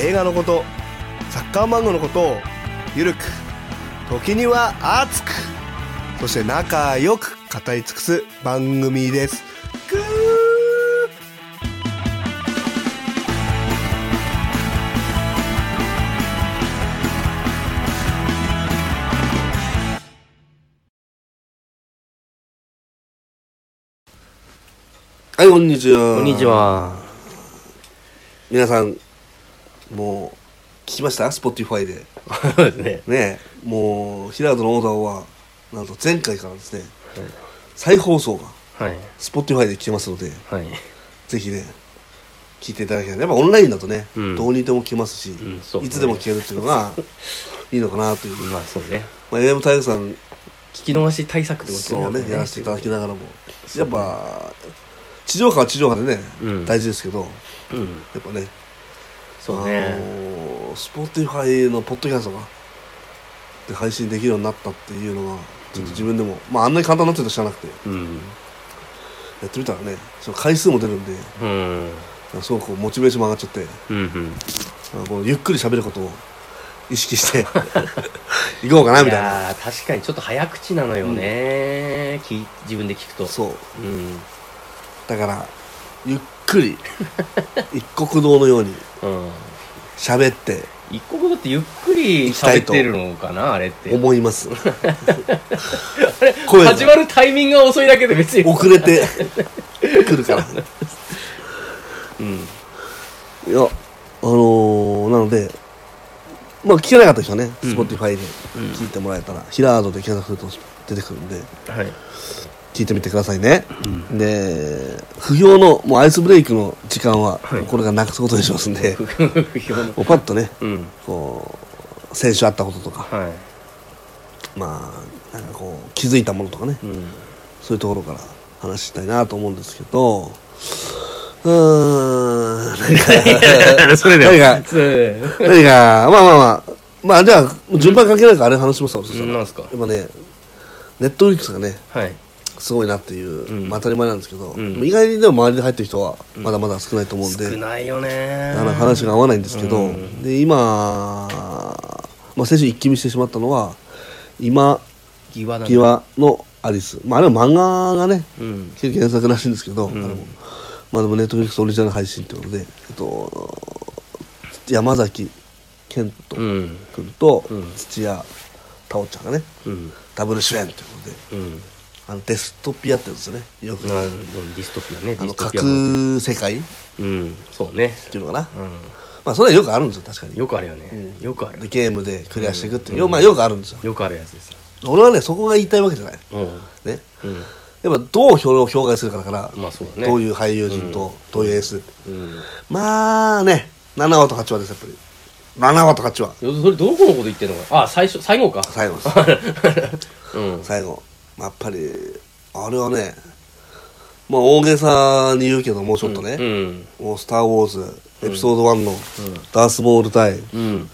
映画のことサッカー漫画のことをゆるく時には熱くそして仲良く語り尽くす番組ですぐーはい、こんにちは。こんにち。は。皆さん、もう、聞きました ?Spotify で。そうですね。ねえもう平野のオーダーはなんと前回からですね、再放送がはい。 Spotify で来てますのではい。ぜひね聞いていただきたいやっぱオンラインだとね、うんどうにでも聞けますし、んそういつでも聞けるっていうのが いいのかなという、まあそうね。まあ、AM 体育さん聞き逃し対策ってことそうねやらせていただきながらもそやうっねぱ地上波は地上波でね、うん大事ですけどやうん。っぱねそうね。あの Spotify のポッドキャストがで配信できるようになったっていうのがちょっと自分でも、まああんなに簡単になってると知らなくてやうん。ってみたらねその回数も出るんでうん。すごくこうモチベーションも上がっちゃってうんうん。あのこうゆっくり喋ることを意識 していこうかなみいたいなやー確かにちょっと早口なのよね。き自分で聞くと。そううん。だからゆっくり一国道のようにうん。喋って一国語ってゆっくり喋ってるのかなあれって。思います 声が始まるタイミングが遅いだけで別に。遅れてくるからうん。いや、あのー、なので、まあ聞けなかった人はね、うん Spotify で聞いてもらえたら、ヒラードで検索すると出てくるんで、 はい。聞いてみてくださいね。で、不評の、もうアイスブレイクの時間は、はいこれがなくすことにしますんで、も不評の。うパッとね、うん。こう、先週あったこととか、はまあ、なんかこう、気づいたものとかね、い。うん。そういうところから話したいなと思うんですけど、うーん、なんか、それ何が、う何が、まあまあまあ、まあじゃあ、順番関係ないからあれ話しますわ、そしたん。ら。なやっんすかぱね、ネットフリックスがね、はい。すごいなっていう、うんまあ当たり前なんですけど、ん意外にでも周りで入ってる人はまだまだ少ないと思うんで、少ないよねだから話が合わないんですけど、うんで、今、まあ先週一気見してしまったのは、今ギワだね際のアリス。まああれは漫画がね、うん結構原作らしいんですけど、んあれもまあでもネットフリックスオリジナル配信ということで、えっと、山崎健人うん君とん土屋太鳳ちゃんがねうんダブル主演ということでうんあのデストピアってやつですよねよくなディストピアねデあィのストピアも核世界っうんそうねていうのかな、うまあそれはよくあるんですよ確かんによくあるよねよくあでるゲームでクリアしていくっていう、よまあよくあるんですよよくあるやつですよ俺はねそこが言いたいわけじゃないうんねうんやっぱどう評評価するかだから、まあそうだねどういう俳優陣と、どういう演出うんまあね7話と8話ですやっぱり7話と8話それどこのこと言ってんのかあ最初最後か最後です うん最後やっぱりあれはねまあ大げさに言うけどもうちょっとねう、んもう「スター・ウォーズ」エピソード1のダース・ボール対、うん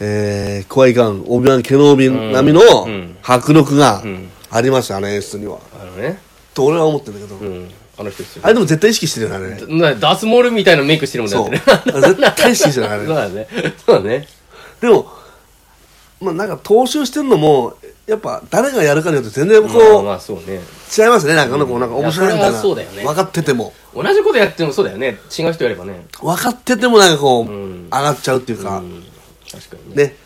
えー、クワイガンオビワン・ケノービン並みのうん迫力がんありました、あの演出にはあのねと俺は思ってるんだけど、うんあの人ですよあれでも絶対意識してるよねあれねなダースモールみたいなメイクしてるもんだそっうてね絶対意識してるよねあれ そうねだねそうだねでもまあなんか踏襲してるのもやっぱ誰がやるかによって全然こう、まあまあそうね違いますねなんかねこうなんか面白いみたいいやなそれはそうだよね分かってても同じことやってもそうだよね違う人やればね分かっててもなんかこう、ん上がっちゃうっていうか、うん確かにねね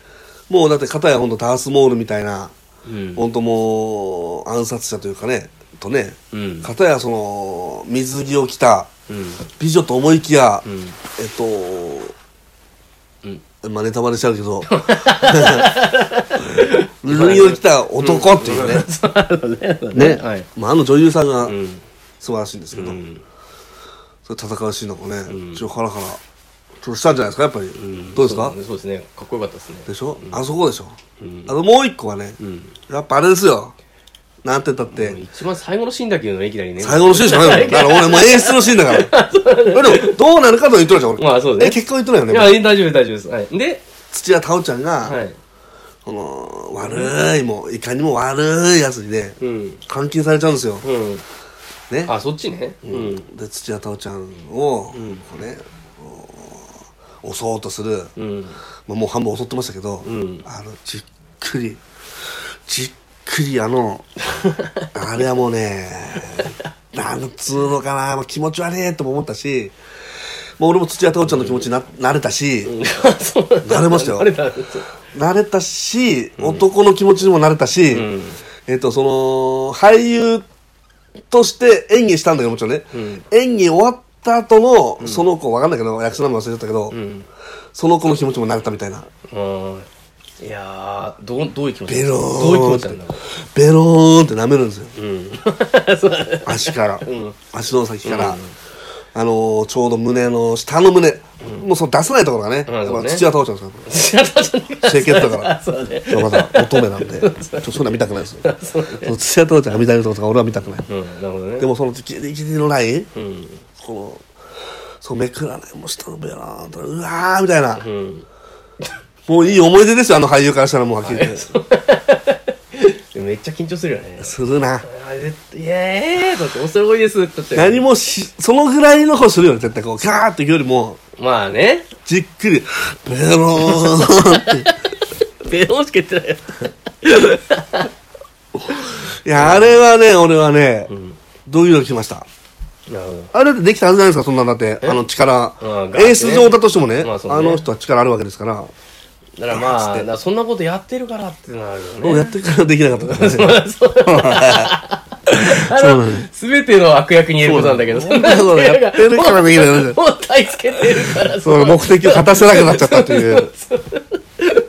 もうだって片や本当ダースモールみたいな、うん本当もう暗殺者というかねとね、うん片やその水着を着たうん美女と思いきや、んえうんっと、まあネタバレしちゃうけ ど水着を着た男っていうね、そうだねそうだね、はいまあ、あの女優さんがうん素晴らしいんですけど、うんそれ戦うシーンなんかね、ちょっとハラハラとしたんじゃないですかやっぱり、んどうですかそねそうですねかっこよかったですねでしょ、あそこでしょ、うんあのもう一個はね、んやっぱあれですよなんて言ったって、一番最後のシーンだけどねいきなりね最後のシーンじゃないのだから俺もう演出のシーンだから。 でも、どうなるかとは言っとるじゃん、俺。まあそうですねえ結果は言っとるよいね。やもう大丈夫です大丈夫ですはいで、土屋太鳳ちゃんはが、いこの、悪い、もう、いかにも悪いやつにね、うん監禁されちゃうんですよ。うんね。あそっちねうんで、土屋太鳳ちゃんを、こうね、こう襲おうとする。うんまあもう半分襲ってましたけどん、あの、じっくり、じっくりあ の、あれはもうね、なんつうのかな、まあ気持ち悪いとも思ったし、もう俺も土屋太鳳ちゃんの気持ちにな慣れたし、そうなんだ慣れましたよ 慣れた慣れたし、男の気持ちにも慣れたし、んえっと、その、俳優として演技したんだけど、もちろんね、演技終わった後の、その子、わかんないけど、役者名前忘れちゃったけど、んその子の気持ちも慣れたみたいな。うんいやーどうどういう気持ちベローンどういう気持ちなんだろベローンって舐めるんですよ。う うんそうだね足から、足の先から、あのーちょうど胸の下の胸、もうその出せないところがね、うんやっそうぱね土屋太鳳ちゃんですから知らなかったね清潔だからそうだねこれまだ乙女なん でちょっとそういうのは見たくないですよその土屋太鳳ちゃんが見たいところとか俺は見たくない、うんなるほどねでもそのギリギリのライン、うんこのそうめくらないもう下のベローンとうわーみたいな、うんもういい思い出ですよあの俳優からしたらもうはっきり 言ってでもめっちゃ緊張するよねするなあ絶対イエーイだって恐れ多いですってだって何もしそのぐらいのことするよね絶対こうガーっていくよりもまあねじっくりベロ ーンってベロンしか言ってないよいや、あれはね、俺はね、ドキドキしました。なるほどあれってできたはずじゃないですか、そんなんだって。あの力うん。ガーッてね演出上だとしてもね、まあそうねあの人は力あるわけですから、だから まあだからそんなことやってるからってのはある よねもうやってるからできなかったからね。そう そうあの、すべての悪役に言えることなんだけど、そうな のやってるからできなかったもうたいつけてるから、そうう、目的を果たせなくなっちゃったっていう。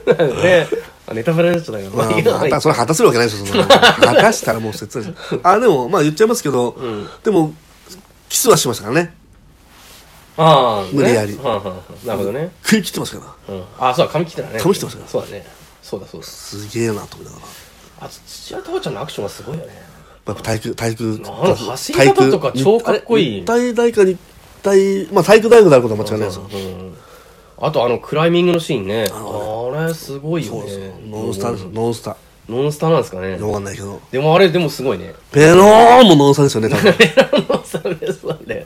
なんだね。あネタバレになっちゃったけど、まあ、いいよ またそれ果たせるわけないでしょ、そんなの果たしたらもう切ないですあ、でも、まあ言っちゃいますけど、でも、キスはしましたからね。ああ、無理やりねはんはんはんなるほどね。食い切ってますから。うんああ、そうだ、髪切ってたね。髪切ってましたねそうだね。そうだ、そうだ。すげえなと思いながら。あと、土屋太鳳ちゃんのアクションがすごいよね。やっぱ体育、体育、あの走り方とか超かっこいい体育あれ日体大か日体、まあ体育大学であることは間違いないですよ。うん。あと、あの、クライミングのシーンね。あれ、すごいよね。ノンスターですよ、ノンスタノンスタなんですかねー。。わかんないけど。でも、あれ、でもすごいね。 ペローンもノンスターですよね、多分。ペラノンスタですわね。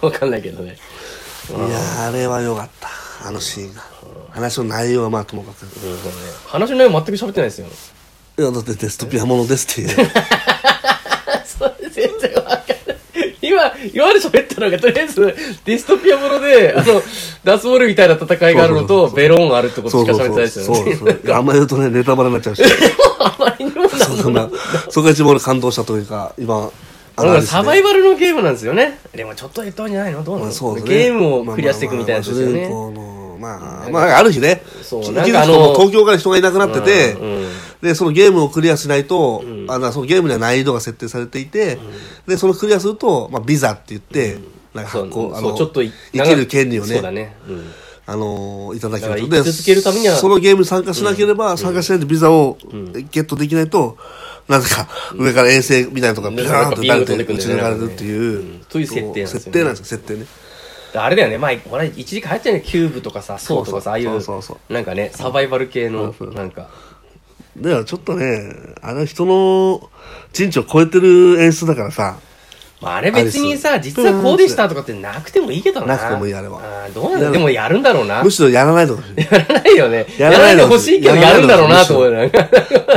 わかんないけどね。いやー、あれは良かった。あのシーンが。話の内容はまあともかく。うんそうね話の内容全く喋ってないですよ。 いや、だってデストピアものですっていう。それ全然わかんない。今、今まで喋ったのが、とりあえず、ディストピアもので、あの、ダスボールみたいな戦いがあるのと、ベローンあるってことそうしかそう喋ってないそう。ですよね。そうそう。あんま言うとね、ネタバレになっ ちゃうし。あまりにも なんそんな、そこが一番俺感動したというか、今、あなんれかですサバイバルのゲームなんですよね。でもちょっと言ったんじゃないのどうなまのあそうですねゲームをクリアしていくみたいなやつですよね。まあまあまあ主人公のまあ、まあ、ある日ね、そうきなんか気づくとあの東京から人がいなくなってて、うんうんで、そのゲームをクリアしないと、あのそのゲームには難易度が設定されていて、で、そのクリアすると、まあ、ビザって言って、なんかそ発う行、あその、う、ちょっとい生きる権利をそねう、だね。うんあの、いただけるだから生き続けるためにはそのゲームに参加しなければ、参加しないとビザをゲットできないと、なぜか上から衛星みたいなとか、ビラーンと打なんかビーム飛んでく打んだちよね抜かれるっていう、うんそういう設定なんですよね設定なんですよ、設定ね。あれだよね、まあ、ほら、一時期流行ったよね、キューブとかさ、ソーとかさ、ああいそうそうそうう、なんかね、サバイバル系の、なんか、だからちょっとね、あれは人の陣地を超えてる演出だからさ、まあ、あれ別にさ、実はこうでしたとかってなくてもいいけどな。なくてもいいあれはーどうなんだでもやるんだろうなむ。しろやらないとか ねやらないよね。やらやらなないいのでほしいけど、やるんだろうなと思うよなんか。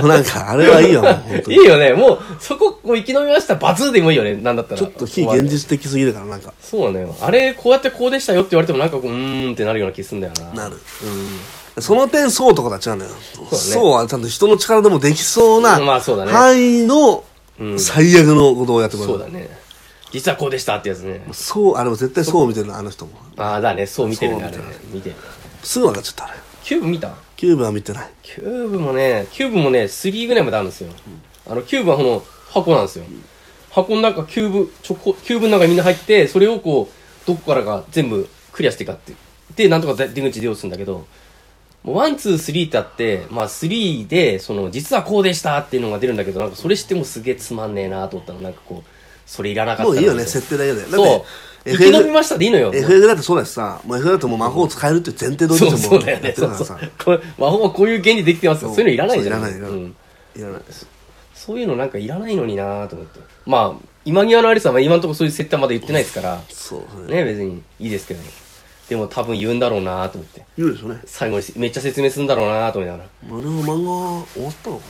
なんかあれはいいよ、もう本当いいに。よね。もう、そこ、こう生き延びました、バツーでもいいよね。なんだったら。ちょっと非現実的すぎるから、なんか。そうね。あれ、こうやってこうでしたよって言われても、なんかこう、うーんってなるような気すんだよな。なる。その点、そうとかとは違うんだよ。ねそうはちゃんと人の力でもできそうなまあそうだね範囲の最悪のことをやってもらそうう。だね。実はこうでしたってやつね。そう、あれも絶対そう見てるの、あの人も。ああ、だね。そう見てるね、あれそうね。見てる。すぐ分かっちゃった、あれ。キューブ見たキューブは見てない。キューブもね、キューブもね、3ぐらいまであるんですよ。あの、キューブはこの箱なんですよ。箱の中、キューブ、チョコ、キューブの中にみんな入って、それをこう、どこからか全部クリアしていかっていう。で、なんとか出出口出ようとするんだけど、もうワン、ツー、スリーってあって、まあ、スリーで、その、実はこうでしたっていうのが出るんだけど、なんかそれしてもすげえつまんねえなと思ったの、なんかこう、それいらなかったなもういいよねみたな設定だよねだってそう。生き延びましたでいいのよ。 FF だってそうだしさもう FF だともう魔法を使えるっていう前提どうでそもうそうだよやね。ってるそうからそうさ。これ魔法はこういう原理できてますよ。そういうのいらないじゃん。そういらないいらないうんいらないそういうのなんかいらないのになと思って。まあ、今際のありさんは今のところそういう設定はまだ言ってないですから、そうねね、別にいいですけど、でも多分言うんだろうなと思って。言うでしょうね最後にめっちゃ説明するんだろうなと思いながら。あれは漫画終わったのか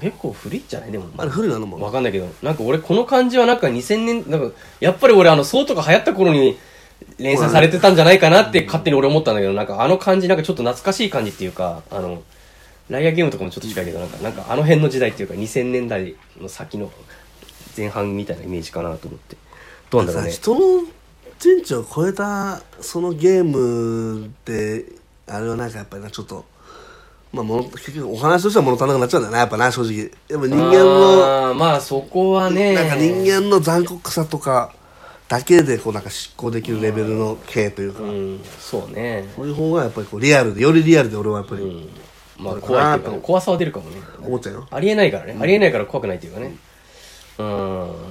結構古いんじゃないでも。なあれ古いなあの漫わ画かんないけど、なんか俺この感じはなんか2000年、なんか、やっぱり俺あの、そうとか流行った頃に連載されてたんじゃないかなって勝手に俺思ったんだけど、なんかあの感じなんかちょっと懐かしい感じっていうか、あの、ライアーゲームとかもちょっと近いけど、なんか、なんかあの辺の時代っていうか2000年代の先の前半みたいなイメージかなと思って。どうなんだろさうね。人の人知を超えたそのゲームってあれはなんかやっぱりなちょっとまあもの結局お話としては物足らなくなっちゃうんだよなやっぱな正直やっぱ人間のあーまあそこはね。なんか人間の残酷さとかだけでこうなんか執行できるレベルの系というか、うん、そうね。そういう方がやっぱりこうリアルでよりリアルで俺はやっぱうんりまあ怖いっていうかね、怖さは出るかもね。思っちゃうよ、ありえないからね、ありえないから怖くないっていうかねう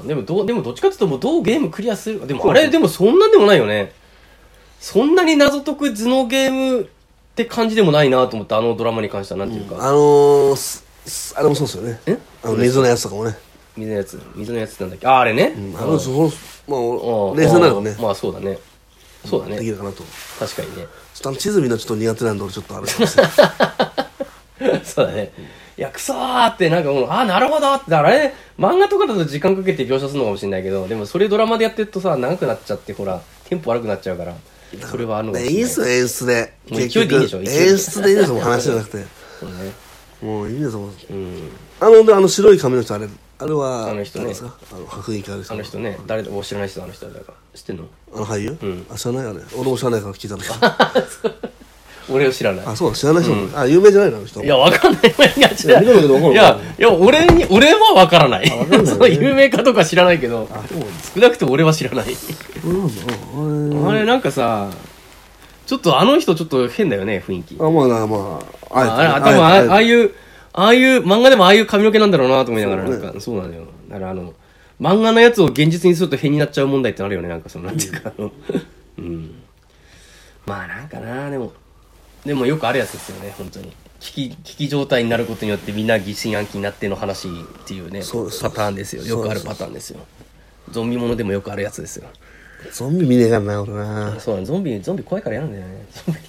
んでもどうでもどっちかっていうともうどうゲームクリアするでもあれでもそんなんでもないよねそんなに謎解く頭脳ゲームって感じでもないなと思ったあのドラマに関してはなんていうか、あのーすすあれもそうですよねえあの水のやつとかもね、水のやつ水のやつなんだっけああれね、うんあうのんそのまあうん俺冷静になるとねまあそうだねそうだできねるかなとちょ確かにねっとあの地図見るのちょっと苦手なんで俺ちょっとあれなんですよ そうだねいやくそーってなんかもうああなるほどってだからあれ漫画とかだと時間かけて描写するのかもしれないけどでもそれドラマでやってるとさ長くなっちゃってほらテンポ悪くなっちゃうからそれはあるのかもねしいいれっ ないすよ演出でもう勢いでいいでしょ結勢い局で演出でいいですもん話じゃなくてそうねもういいですもんうんあのであの白い髪の人あれあれはあの人ね誰ですかあの雰囲気ある人あの人ね誰だもう知らない人あの人だから知ってんのあの俳優、んあ知らないあれ俺も知らないから聞いたん だ俺を知らないけどあそうだ知らない人、あ有名じゃないのあの人いやわかんないいやいや見たことわかるいやいや俺に俺はわからないわかんないよねそう有名かとか知らないけどあそうなんだ少なくとも俺は知らないそうなんだあれなんかさちょっとあの人ちょっと変だよね雰囲気あれあまあなまあああれえて頭ああえてああいうああいう漫画でもああいう髪の毛なんだろうなと思いながらそうなねんかそうなんだよだからあの漫画のやつを現実にすると変になっちゃう問題ってあるよねなんかそのなんていうかあのうんまあなんかなでもでもよくあるやつですよね本当に危機危機状態になることによってみんな疑心暗鬼になっての話っていうねそうですパターンですよよくあるパターンですよゾンビものでもよくあるやつですよゾンビ見ねえからな俺なそうなのゾンビゾンビ怖いから嫌なんだよねゾンビ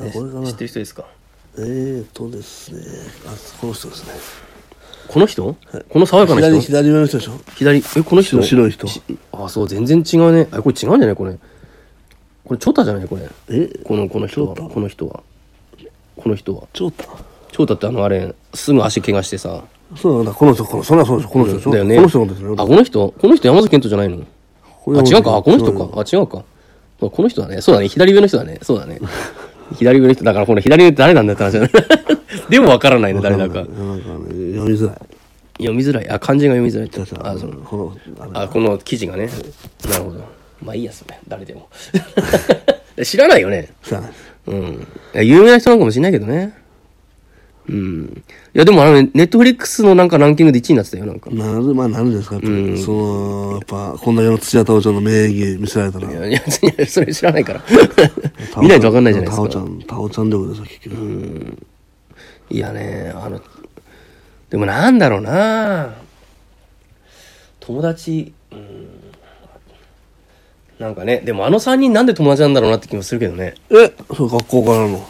あこれか 知なってる人ですかえーとですねあこの人ですねこの人この爽やかな左人左上の人でしょ左えこの人白い人しあそう全然違うねあこれ違うんじゃないこれこれチョタじゃないこれえこのこの人はチョタこの人はこの人はちょっとチョタってあのあれすぐ足怪我してさそうなんだこの人このそりゃそうでしょこの人でしょだよねこの人のことですあよこの人この人山崎賢人じゃないのこれあ山違崎うかあこの人かあ違うかあこの人だねそうだね左上の人だねそう だね左上の人だからこの左上って誰なんだって話だね でもわからないね誰だかうんなんかね読みづらい読みづらいあ漢字が読みづらいじゃあじゃああそうこのあれあこの記事がねなるほどまあいいやそれ誰でも 知らないよねさあうんいや有名な人なのかもしれないけどねうんいやでもあのねネットフリックスのなんかランキングで1位になってたよなんかいなるまあなるんですかやっぱり、そのやっぱこんだけの土屋太鳳ちゃんの名義見せられたらやいやいやそれ知らないから見ないと分かんないじゃないで太す鳳ちかゃん太鳳ちゃん力ですよ結局、いやねあのでもなんだろうな友達うんなんかねでもあの3人なんで友達なんだろうなって気もするけどねえそう学校からの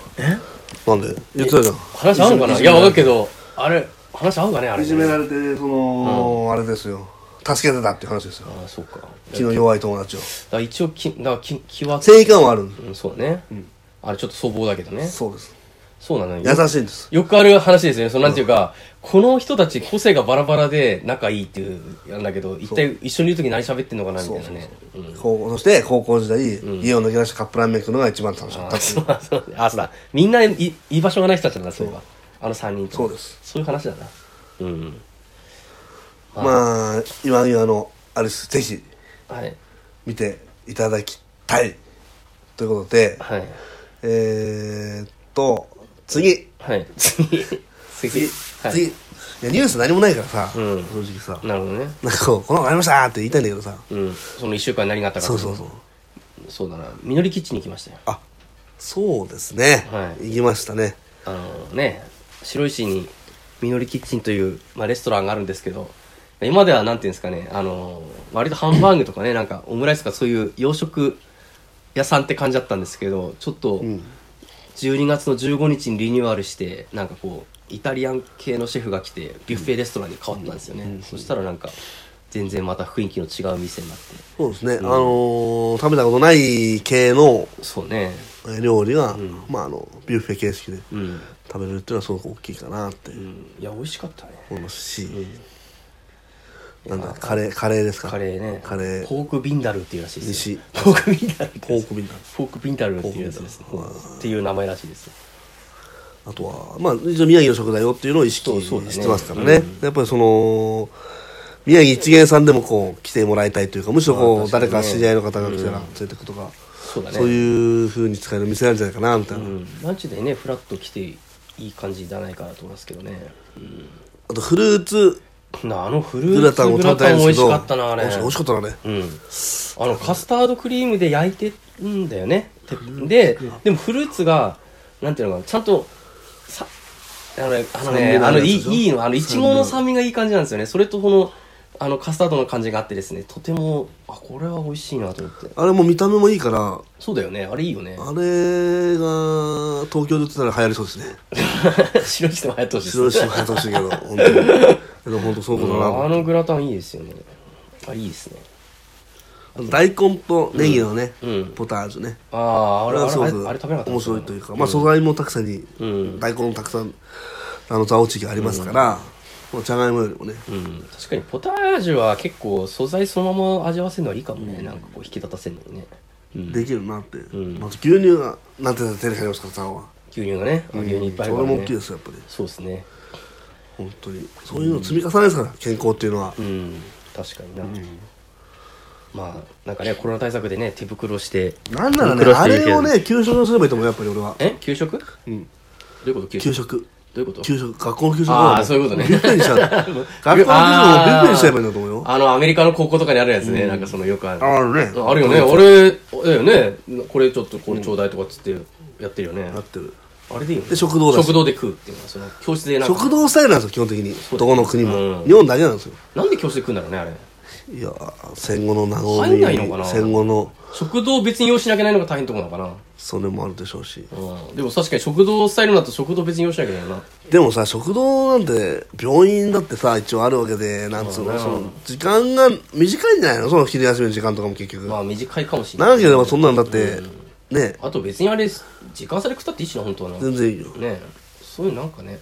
なんで言ってたじゃん話合うのかないや、わかるけど、あれ、話合うかねあれいじめられてその、あれですよ助けてたっていう話ですよああ、そうか。だか気の弱い友達をら一応、き、だからき、気は、正義感はあるんでうん、そうだね。あれ、ちょっと粗暴だけどね。そうですそうなのよ。優しいんですよくある話ですよね。そのなんていうか、この人たち個性がバラバラで仲いいっていう、なんだけど、一体一緒にいるとき何喋ってんのかなみたいなね。うん高校そして高校時代、家を抜け出してカップラーメン食うのが一番楽しかっあたーっていうそうだそうだあ、そうだ。みんないい居場所がない人たちなんだ、そういえば。あの3人と。そうです。そういう話だな。うん。まあ今今のあれですぜひはい。見ていただきはい。ということで、はい。えーっと、次。はい。次。次。はい。次。いや、ニュース何もないからさ、うん正直さ、なるほどね。なんかこう、このありましたって言いたいんだけどさ、うん。その一週間何があったか。そうそうそう。そうだな。みのりキッチンに行きましたよ。あ、そうですね。はい行きましたね。あのね、白石にみのりキッチンという、まあ、レストランがあるんですけど、今ではなんていうんですかね、あの、割とハンバーグとかね、なんかオムライスとかそういう洋食屋さんって感じだったんですけど、ちょっと、ん12月の15日にリニューアルして、なんかこう、イタリアン系のシェフが来て、ビュッフェレストランに変わったんですよね。そしたらなんか、全然また雰囲気の違う店になって。そうですね。あのー食べたことない系のそうね。えー料理が、まあ、あの、ビュッフェ形式でうん。食べれるっていうのはすごく大きいかなってうん、いや、美味しかったね。思いますし、なんだ、カレー、カレーですかカレーね。カレー、ポークビンダルっていうらしいですよ西。ポークビンダルってポークビンダル。フォークビンタルっていうやつですね。フォークビンタっていう名前らしいです。あとは、まあ、一応宮城の食材よっていうのを意識そうそうだねしてますからね。やっぱりその、宮城一元さんでもこう、来てもらいたいというか、むしろこまあう、誰確かかにね知り合いの方が来たら連れてくとか、そうだね。そういう風に使える店なんじゃないかな、みたいうな。ん。ランチでね、フラッと来ていい感じじゃないかなと思いますけどね。あと、フルーツうん。なあのフルーツググララタタンを食べたいんンもで美すけど、味しかったな、あれ。美味し美味しかったな、あれ。うん。あの、カスタードクリームで焼いてるんだよね。てで、でもフルーツが、なんていうのかな、ちゃんと、さ、あのね、あ酸のね、味のああのるやついでしょい、いいの、あの、いちごの酸味がいい感じなんですよね。それとこの、あの、カスタードの感じがあってですね、とても、あ、これは美味しいなと思って。あれも見た目もいいから、そうだよね、あれいいよね。あれが東京で売ってたら流行りそうですね。 白石でも流行ってほしいです白石も流行ってほしいけど、本 当に。でも本当そういうことだうんあな。のグラタンいいですよねあいいですねあの大根とネギのね、うんポタージュね。あああれあれはすごあれくあれ食べなかった面白いというか、まあ素材もたくさんに、うん大根もたくさん、あの、ザオチがありますから、もうじゃがいもよりもね、うん、確かにポタージュは結構素材そのまま味わわせるのはいいかもね、なんかこう引き立たせるのにね、うん、できるなって。んまず牛乳が、なんて手に入りますから、ザオは。牛乳がねあ牛乳いっぱいあそるかれら、ねも大きいですよ、やっぱり。そうですね本当に。そういうの積み重ねですから、健康っていうのはう。ん確かにな、まあなんかねコロナ対策でね手袋してなんなら手ね、袋しあてるけれどをね、給食にすればいいと思うよ、やっぱり俺は。え給食どうん。ういうこと給食給食。どういうこと給食、学校の給食ああ そういうことねビュッフェにしちゃう。学校の給食をビュッフェにしちゃえばいいんだと思うよ。あの、アメリカの高校とかにあるやつね。なんかそのよくある。あるねあるよね。あれ、だよね。これちょっとこれちょうだいとかっつってやってるよね。なってる。あれでいいよね。で食堂だし食堂で食うっていうのは、その教室でなんか。食堂スタイルなんですよ、基本的に。どこの国うも。ん日本だけなんですよ。なんで教室で食うんだろうね、あれ。いやー戦後の名残入んないのかな戦後の、食堂を別に用意しなきゃいけないのが大変ってとこなのかそれもあるでしょうし。な。うん。でも確かに食堂スタイルだと食堂別に用意しなきゃいけないよな。でもさ、食堂なんて、病院だってさ、一応あるわけで、なんつうまあの、ねその、時間が短いんじゃないのその昼休みの時間とかも結局。まあ短いかもしれない。長ければそんなんだって、ね、あと別にあれ、時間差で食ったっていいしな、本当はな。全ね然いいよ。ねそういうなんかね。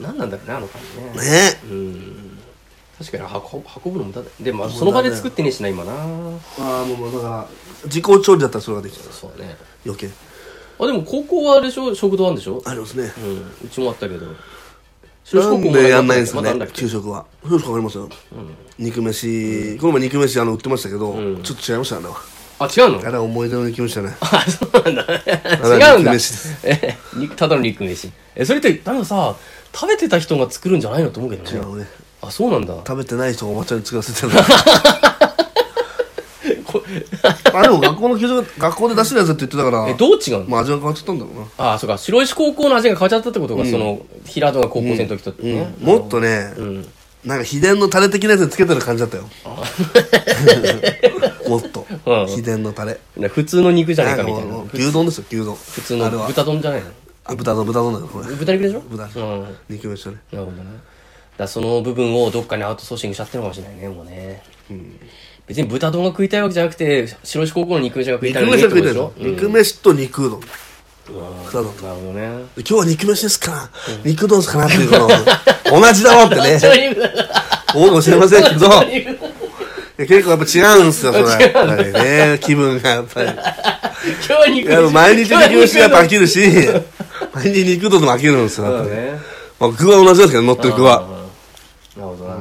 なんなんだろうね、あの感じね。うん確かに運ぶ運ぶのもだねでもその場で作ってねえしな今なああ、もうだから、自己調理だったらそれができた。そうだね余計。あでも高校はあれでしょ食堂あるんでしょありますね。うんうちもあったけどなんでやんないんですかまだあんねだっ、け給食は。給食わかりますよ。肉飯、この前肉飯あの売ってましたけど、ちょっと違いましたね。あ違うのあれは思い出の肉飯だね。あそうなんだ違だうん肉飯だですえ肉ただの肉飯えそれってなんかさ食べてた人が作るんじゃないのと思うけど違ねうね。あそうなんだ食べてない人がおばちゃんに作らせてる あでも学校の給食学校で出してるやつって言ってたからえどう違うのまあ味が変わっちゃったんだろうな、あそうか白石高校の味が変わっちゃったってことがその平戸が高校生の時とってねうんもっとね、うんなんか秘伝のタレ的なやつにつけてる感じだった よもっと、うん秘伝のタレね普通の肉じゃねなえんかかみたもいなう牛丼ですよ牛丼普通あれのは豚丼じゃないのあ豚丼豚丼だよこれ豚肉でしょ豚うんなる肉飯だねほどねだからその部分をどっかにアウトソーシングしちゃってるのかもしれないねもうね別に豚丼が食いたいわけじゃなくて白石高校の肉飯が食いたい肉わけ飯じゃは食なくいてたいでしょの、肉飯と肉うどんでうんうんなるほどね今日は肉飯ですか、肉うどんですかなっていうこの同じだわって ね思うかもしれませんけどい や結構やっぱ違うんすよ、それ。やっぱりね、気分がやっぱ り。今日は肉いや飯毎日肉飯がやっぱ飽今日は肉き るし、毎日肉うどんでも飽きるんですよ、やだっそぱうり。ねまあ、具は同じですけど、乗ってる具は。うんなるほどな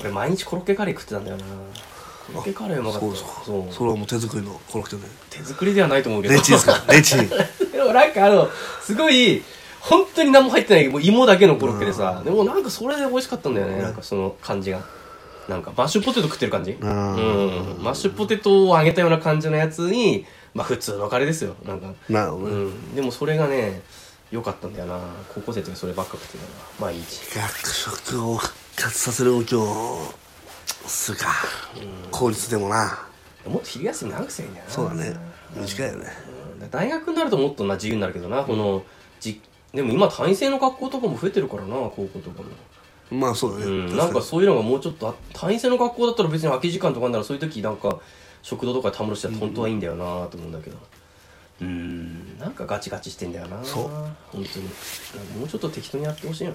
俺毎日コロッケカレー食ってたんだよなココロッケカレーうまかったそうそうそうそれはもう手作りのコロッケで手作りではないと思うけどレチンですか レチン でもなんかあのすごい本当に何も入ってないもう芋だけのコロッケでさ、でもなんかそれで美味しかったんだよね、なんかその感じがなんかマッシュポテト食ってる感じ、うんんマッシュポテトを揚げたような感じのやつにまあ普通のカレーですよなんかなるほどうねんでもそれがね良かったんだよな高校生の時そればっか食ってたなまあいいし学食を復活させる動きをするか効率でもなもっと昼休み長くせえんだよなそうだね短いよねうん大学になるともっとな自由になるけどなこのじでも今単位制の学校とかも増えてるからな高校とかもまあそうだうねん、確なんかかそういうのがもうちょっとあ単位制の学校だったら別に空き時間とかにならそういう時なんか食堂とかでたむろしてたら本当はいいんだよなと思うんだけどうんなんかガチガチしてんだよなそう本当にもうちょっと適当にやってほしいな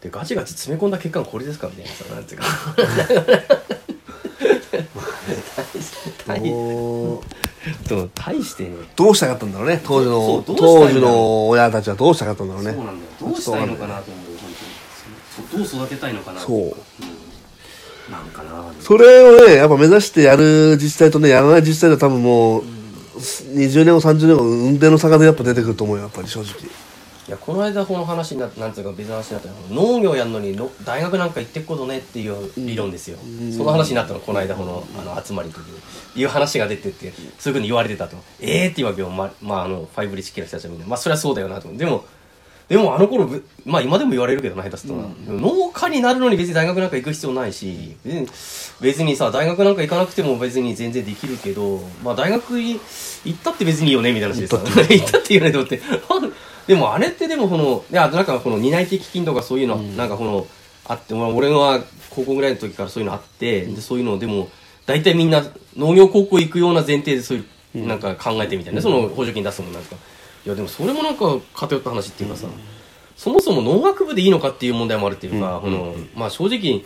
でガチガチ詰め込んだ結果がこれですかみたいなさなんていうかにどう大しでも 大してねどうしたかったんだろうね当時のそうどう当したいんだろう時の親たちはどうしたかったんだろうねそうなんだよどうしたいのかなと思うよ本当にそどう育てたいのかなそううんなんかなそれをねやっぱ目指してやる自治体とねやらない自治体では多分もう20年後30年後運転の差がねやっぱ出てくると思うよやっぱり正直いやこの間この話になってなんつうか別の話になったの農業やんのにの大学なんか行ってっことねっていう理論ですよ、その話になったのこの間このあの集まりの時にいう話が出てってそういうふうに言われてたとええー、っていうわけよままああのファイブリッチ系の人たちはみんなまあそれはそうだよなと思うでもでもあの頃ぶまあ今でも言われるけどな下手すとな、でも農家になるのに別に大学なんか行く必要ないしで別にさ大学なんか行かなくても別に全然できるけどまあ大学い行ったって別にいいよねみたいな話でさ 行ったっていいよねと思ってなんでもあれってでもこのいやなんかこの担い手基金とかそういうの、なんかこのあってまあ俺は高校ぐらいの時からそういうのあって、でそういうのでも大体みんな農業高校行くような前提でそういうなんか考えてみたいな、その補助金出すもんなんかいやでもそれもなんか偏った話っていうかさ、そもそも農学部でいいのかっていう問題もあるっていうか、このまあ正直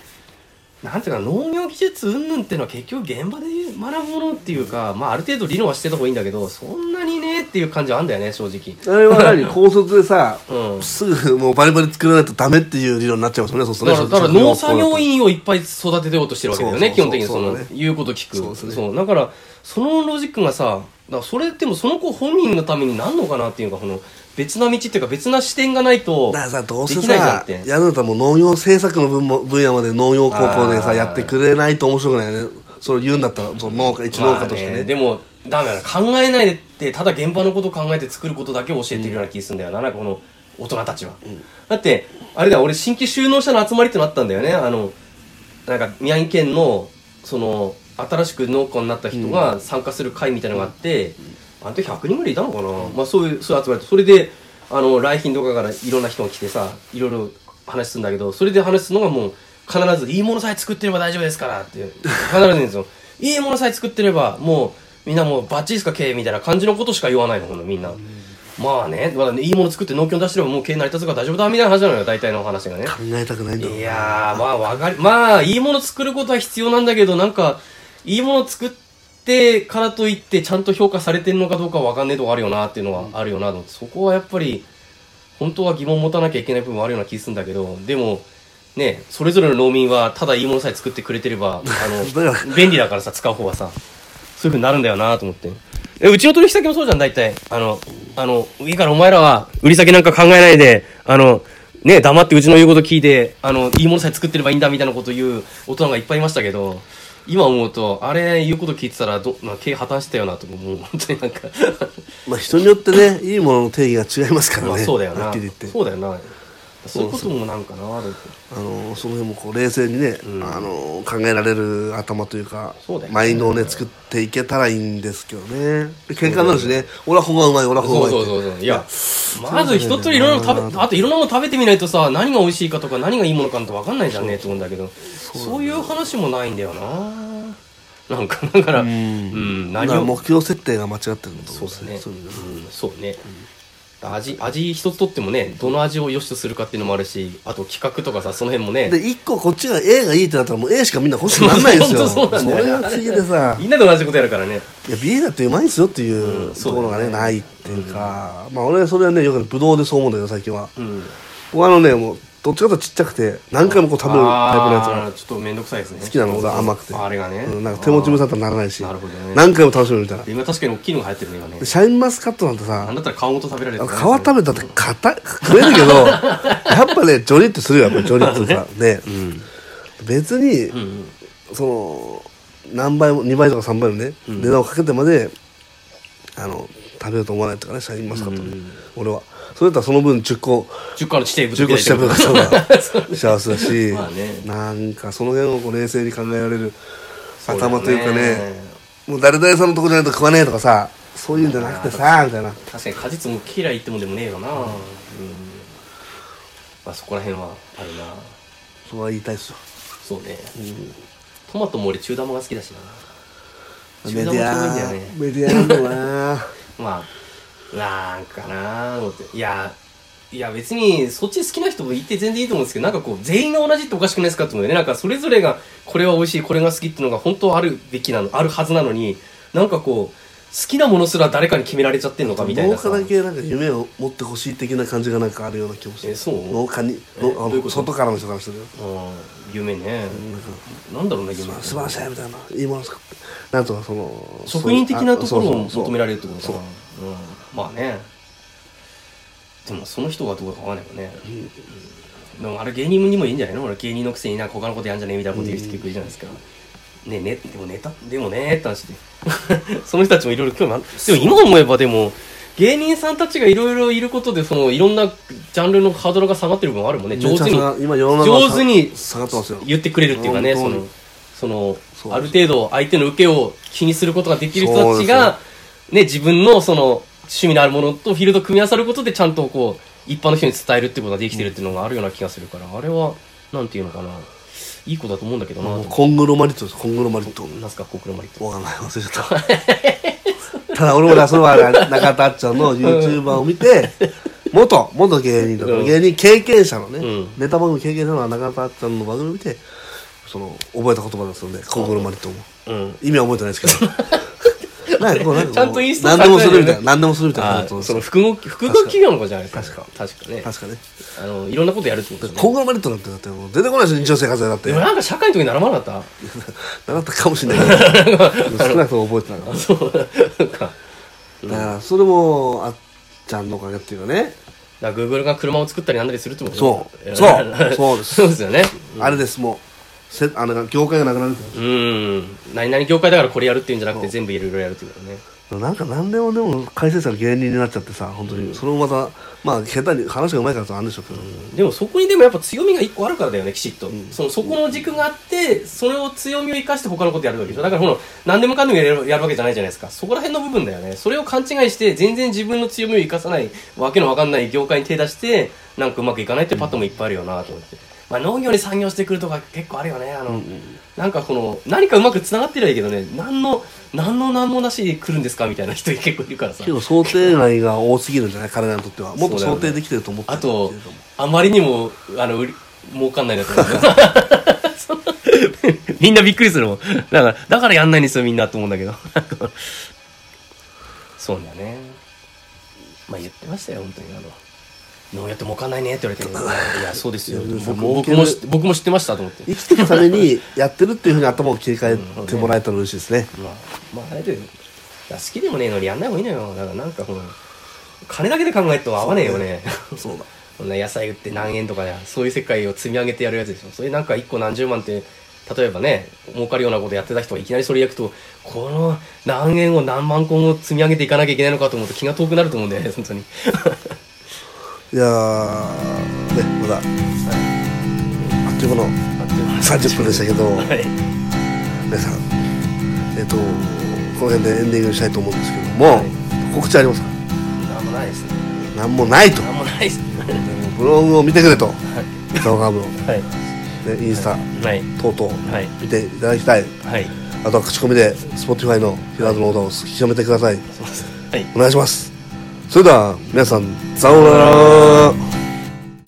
なんていうか農業技術云々っていうのは結局現場で学ぶものっていうか、まあある程度理論はしてた方がいいんだけどそんなにねっていう感じはあんだよね正直あれは何 高卒でさ、うんすぐもうバリバリ作らないとダメっていう理論になっちゃいますよねそうするだかとらねだからその農作業員をいっぱい育てようとしてるわけだよね基そうそうそう本的にそそのうだね言うこと聞くそそううですねだからそのロジックがさだからそれでもその子本人のためになんのかなっていうかこの別な道っていうか別な視点がないとだからさどうでせきないじゃんっさてやるんだったらもう農業政策の分も分野まで農業高校であさーやってくれないと面白くないよねそれ言うんだったらその農家一農家としてまあね,、でもダメだな考えないでってただ現場のことを考えて作ることだけを教えてるような気がするんだよな,、なんかこの大人たちは、だってあれだよ俺新規就農者の集まりってなったんだよねあのなんか宮城県のその新しく農家になった人が参加する会みたいなのがあって、あの時100人ぐらいいたのかな、まあ、そういうそういう集まりとそれであの来賓とかからいろんな人が来てさいろいろ話するんだけどそれで話すのがもう必ずいいものさえ作ってれば大丈夫ですからって必ず言うんですよいいものさえ作ってればもうみんなもうバッチリですか経営みたいな感じのことしか言わないのこのみんな。まあね、まあね、いいもの作って農協に出してればもう経営成り立つから大丈夫だみたいな話なのよ、大体の話がね。考えたくないんだろういなやー、まあわかり、まあ、いいもの作ることは必要なんだけど、なんか、いいもの作ってからといって、ちゃんと評価されてるのかどうかはわかんねえとこあるよなっていうのはあるよなと思って、そこはやっぱり、本当は疑問持たなきゃいけない部分はあるような気するんだけど、でも、ね、それぞれの農民は、ただいいものさえ作ってくれてれば、あだかの、便利だからさ、使う方はさ、そういう風になるんだよなと思って。え、うちの取引先もそうじゃん、大体。あの、あの、いいからお前らは、売り先なんか考えないで、あの、ね、黙ってうちの言うこと聞いて、あの、いいものさえ作ってればいいんだみたいなこと言う大人がいっぱいいましたけど、今思うと、あれ言うこと聞いてたら、ど、まあ、経営破綻してたよなと、もう本当になんか、まあ人によってねいいものの定義が違いますからね、まあそうだよはな。っきり言ってそうだよな。そういうこともなんかな、と思ってあのその辺もこう冷静にね、あの考えられる頭というかそうだよねマインドをね作っていけたらいいんですけどねで喧嘩になるしね俺はここがうまい俺はここそがううまいそってうそうそういやまず一ついろいろ食べあといろんなもの食べてみないとさ何が美味しいかとか何がいいものかなんて分かんないじゃんねと思うんだけどそういう話もないんだよななんかだからうんだ何からを目標設定が間違ってるんだと思そうだねそういう意味ではうんそうね味味一つとってもねどの味を良しとするかっていうのもあるしあと企画とかさその辺もねで一個こっちが A がいいってなったらもう A しかみんな欲しくならないですよ本当そうなんだよねれが次でさみんなで同じことやるからねいや B だってうまいんすよっていううんとそうころだよねがね,、ないっていうか、まあ俺はそれはねよくねブドウでそう思うんだけど最近は、うん僕はあのねもうどっちかというとちっちゃくて何回もこう食べるタイプのやつあーがちょっと面倒くさいですね好きなのが甘くてあれがね、うんなんか手持ち無沙汰にならないしなるほどね何回も楽しめるみたいなあー今確かに大きいのが流行ってるね今ねシャインマスカットなんてさなんだったら皮ごと食べられる皮食べたって硬い食えるけ どやっぱねジョリッとするよやっぱりジョリッとさね、別に、その何倍も2倍とか3倍のね、値段をかけてまであの食べようと思わないとかねシャインマスカットね、俺はそれだったらその分10個10個の地底10部個下分が 幸せだし、まあねなんかその辺をこう冷静に考えられる頭というかそうだねよねもう誰々さんのとこじゃないと食わねえとかさそういうんじゃなくてさみたいな確かに果実も嫌いってもんでもねえよな、うんまあ、そこら辺はあるなそれは言いたいっすよそうね、トマトも俺中玉が好きだしなメ中デ玉ィちょうどいいんアだよねメディアなんだ なまあなんかなーと思っていやいや別にそっち好きな人もいて全然いいと思うんですけどなんかこう全員が同じっておかしくないですかって思うよねなんかそれぞれがこれは美味しいこれが好きっていうのが本当はあるべきなのあるはずなのになんかこう好きなものすら誰かに決められちゃってんのかみたい農なさ家だけなんか夢を持ってほしい的な感じがなんかあるような気もするえそう農家にえのどあういのうこと外からの人からするようん夢ねなんだろうね夢素晴らしいみたいないいもの作ってなんとかその職人的なところを求められるれるってことかなうんまあねでもその人がどうかわかんないもんね、でもあれ芸人にもいいんじゃないの俺芸人のくせになんか他のことやんじゃねえみたいなこと言う人結構いるじゃないですか、ねえねでもネタでもねって話で その人たちもいろいろ興味あるでも今思えばでも芸人さんたちがいろいろいることでそのいろんなジャンルのハードルが下がってる部分はあるもんね上手に今世の中は上手に下がってますよ言ってくれるっていうかねそ本当のにそのそうある程度相手の受けを気にすることができる人たちそうが、ね、自分のその趣味のあるものとフィールドを組み合わさることでちゃんとこう一般の人に伝えるってことができてるっていうのがあるような気がするから、あれはなんていうのかないいことだと思うんだけどな、もうコングロマリットですコングロマリットなんすかこう車で言ってわかんない忘れちゃった ただ俺もなそれは中田あっちゃんの YouTuber を見て元元芸人とうかん芸人経験者のね、うんネタ番組経験者の中田あっちゃんの番組を見てその覚えた言葉ですので「コングロマリット」もうん意味は覚えてないです けどなんかこうなんかこうちゃんとインスト何でもするみたいされてるよなね何でもするみたいなあことーですその複合複合企業の子じゃないです確かか確かね確かねあのいろんなことやるってことですコねングロマリットなんてだってもう出てこないですよ日常生活でだってでもなんか社会の時に習わなかっなかったかもしれ ないけど少なくとも覚えてなかったた そう なんかだからそれもあっちゃんのおかげっていうかねだから Google が車を作ったりなんだりするってことそうねそう そうですそうですよね。あれですもうせあの業界がなくなるからうん。何々業界だからこれやるっていうんじゃなくて全部いろいろやるっていうことね。なんか何でもでも解説者の芸人になっちゃってさ本当に、それもまたまあ下手に話がうまいからとあるんでしょうけど、でもそこにでもやっぱ強みが一個あるからだよね、きちっと。そのそこの軸があって、それを強みを生かして他のことやるわけでしょ。だからこの何でもかんでもやるやるわけじゃないじゃないですか。そこら辺の部分だよね。それを勘違いして、全然自分の強みを生かさない、わけのわかんない業界に手出して、なんかうまくいかないっていうパターンもいっぱいあるよなと思って。まあ農業に産業してくるとか結構あるよね。あの、なんかこの、何かうまく繋がってりゃいいけどね、何の、何の何もなしで来るんですかみたいな人結構いるからさ結。構想定内が多すぎるんじゃない彼らにとってはもっとそうだよ想ね定できてると思ってあるけれどとも、あまりにも、あの、売り儲かんないなと思って。 みんなびっくりするもん。だから、だからやんないんですよ、みんなと思うんだけど。 そうだよね。まあ言ってましたよ、本当に。あの、農業って儲かんないねって言われても、いや、そうですよ。いや僕も儲僕けるも知って僕も知ってましたと思って。生きていくためにやってるっていうふうに頭を切り替えてもらえたら嬉しいですね、まあ、まあ、あれで、いや好きでもねえのにやんない方がいいのよ。だからなんかこの、金だけで考えると合わねえよね。そうだそんな野菜売って何円とかねそういう世界を積み上げてやるやつでしょそれなんか1個何十万って例えばね儲かるようなことやってた人がいきなりそれやくとこの何円を何万個も積み上げていかなきゃいけないのかと思うと気が遠くなると思うんだよね本当にいやーねまだあっという間の30分でしたけどはい皆さんえっとこの辺でエンディングにしたいと思うんですけども、告知ありますか何もないですねなんもないと何もないですねブログを見てくれとザオハーブの、ね、はいインスタはい等々はい見ていただきたいはいあとは口コミで Spotify の平戸の歌を広めてくださいすいませんはいお願いしますそれでは皆さんザオラー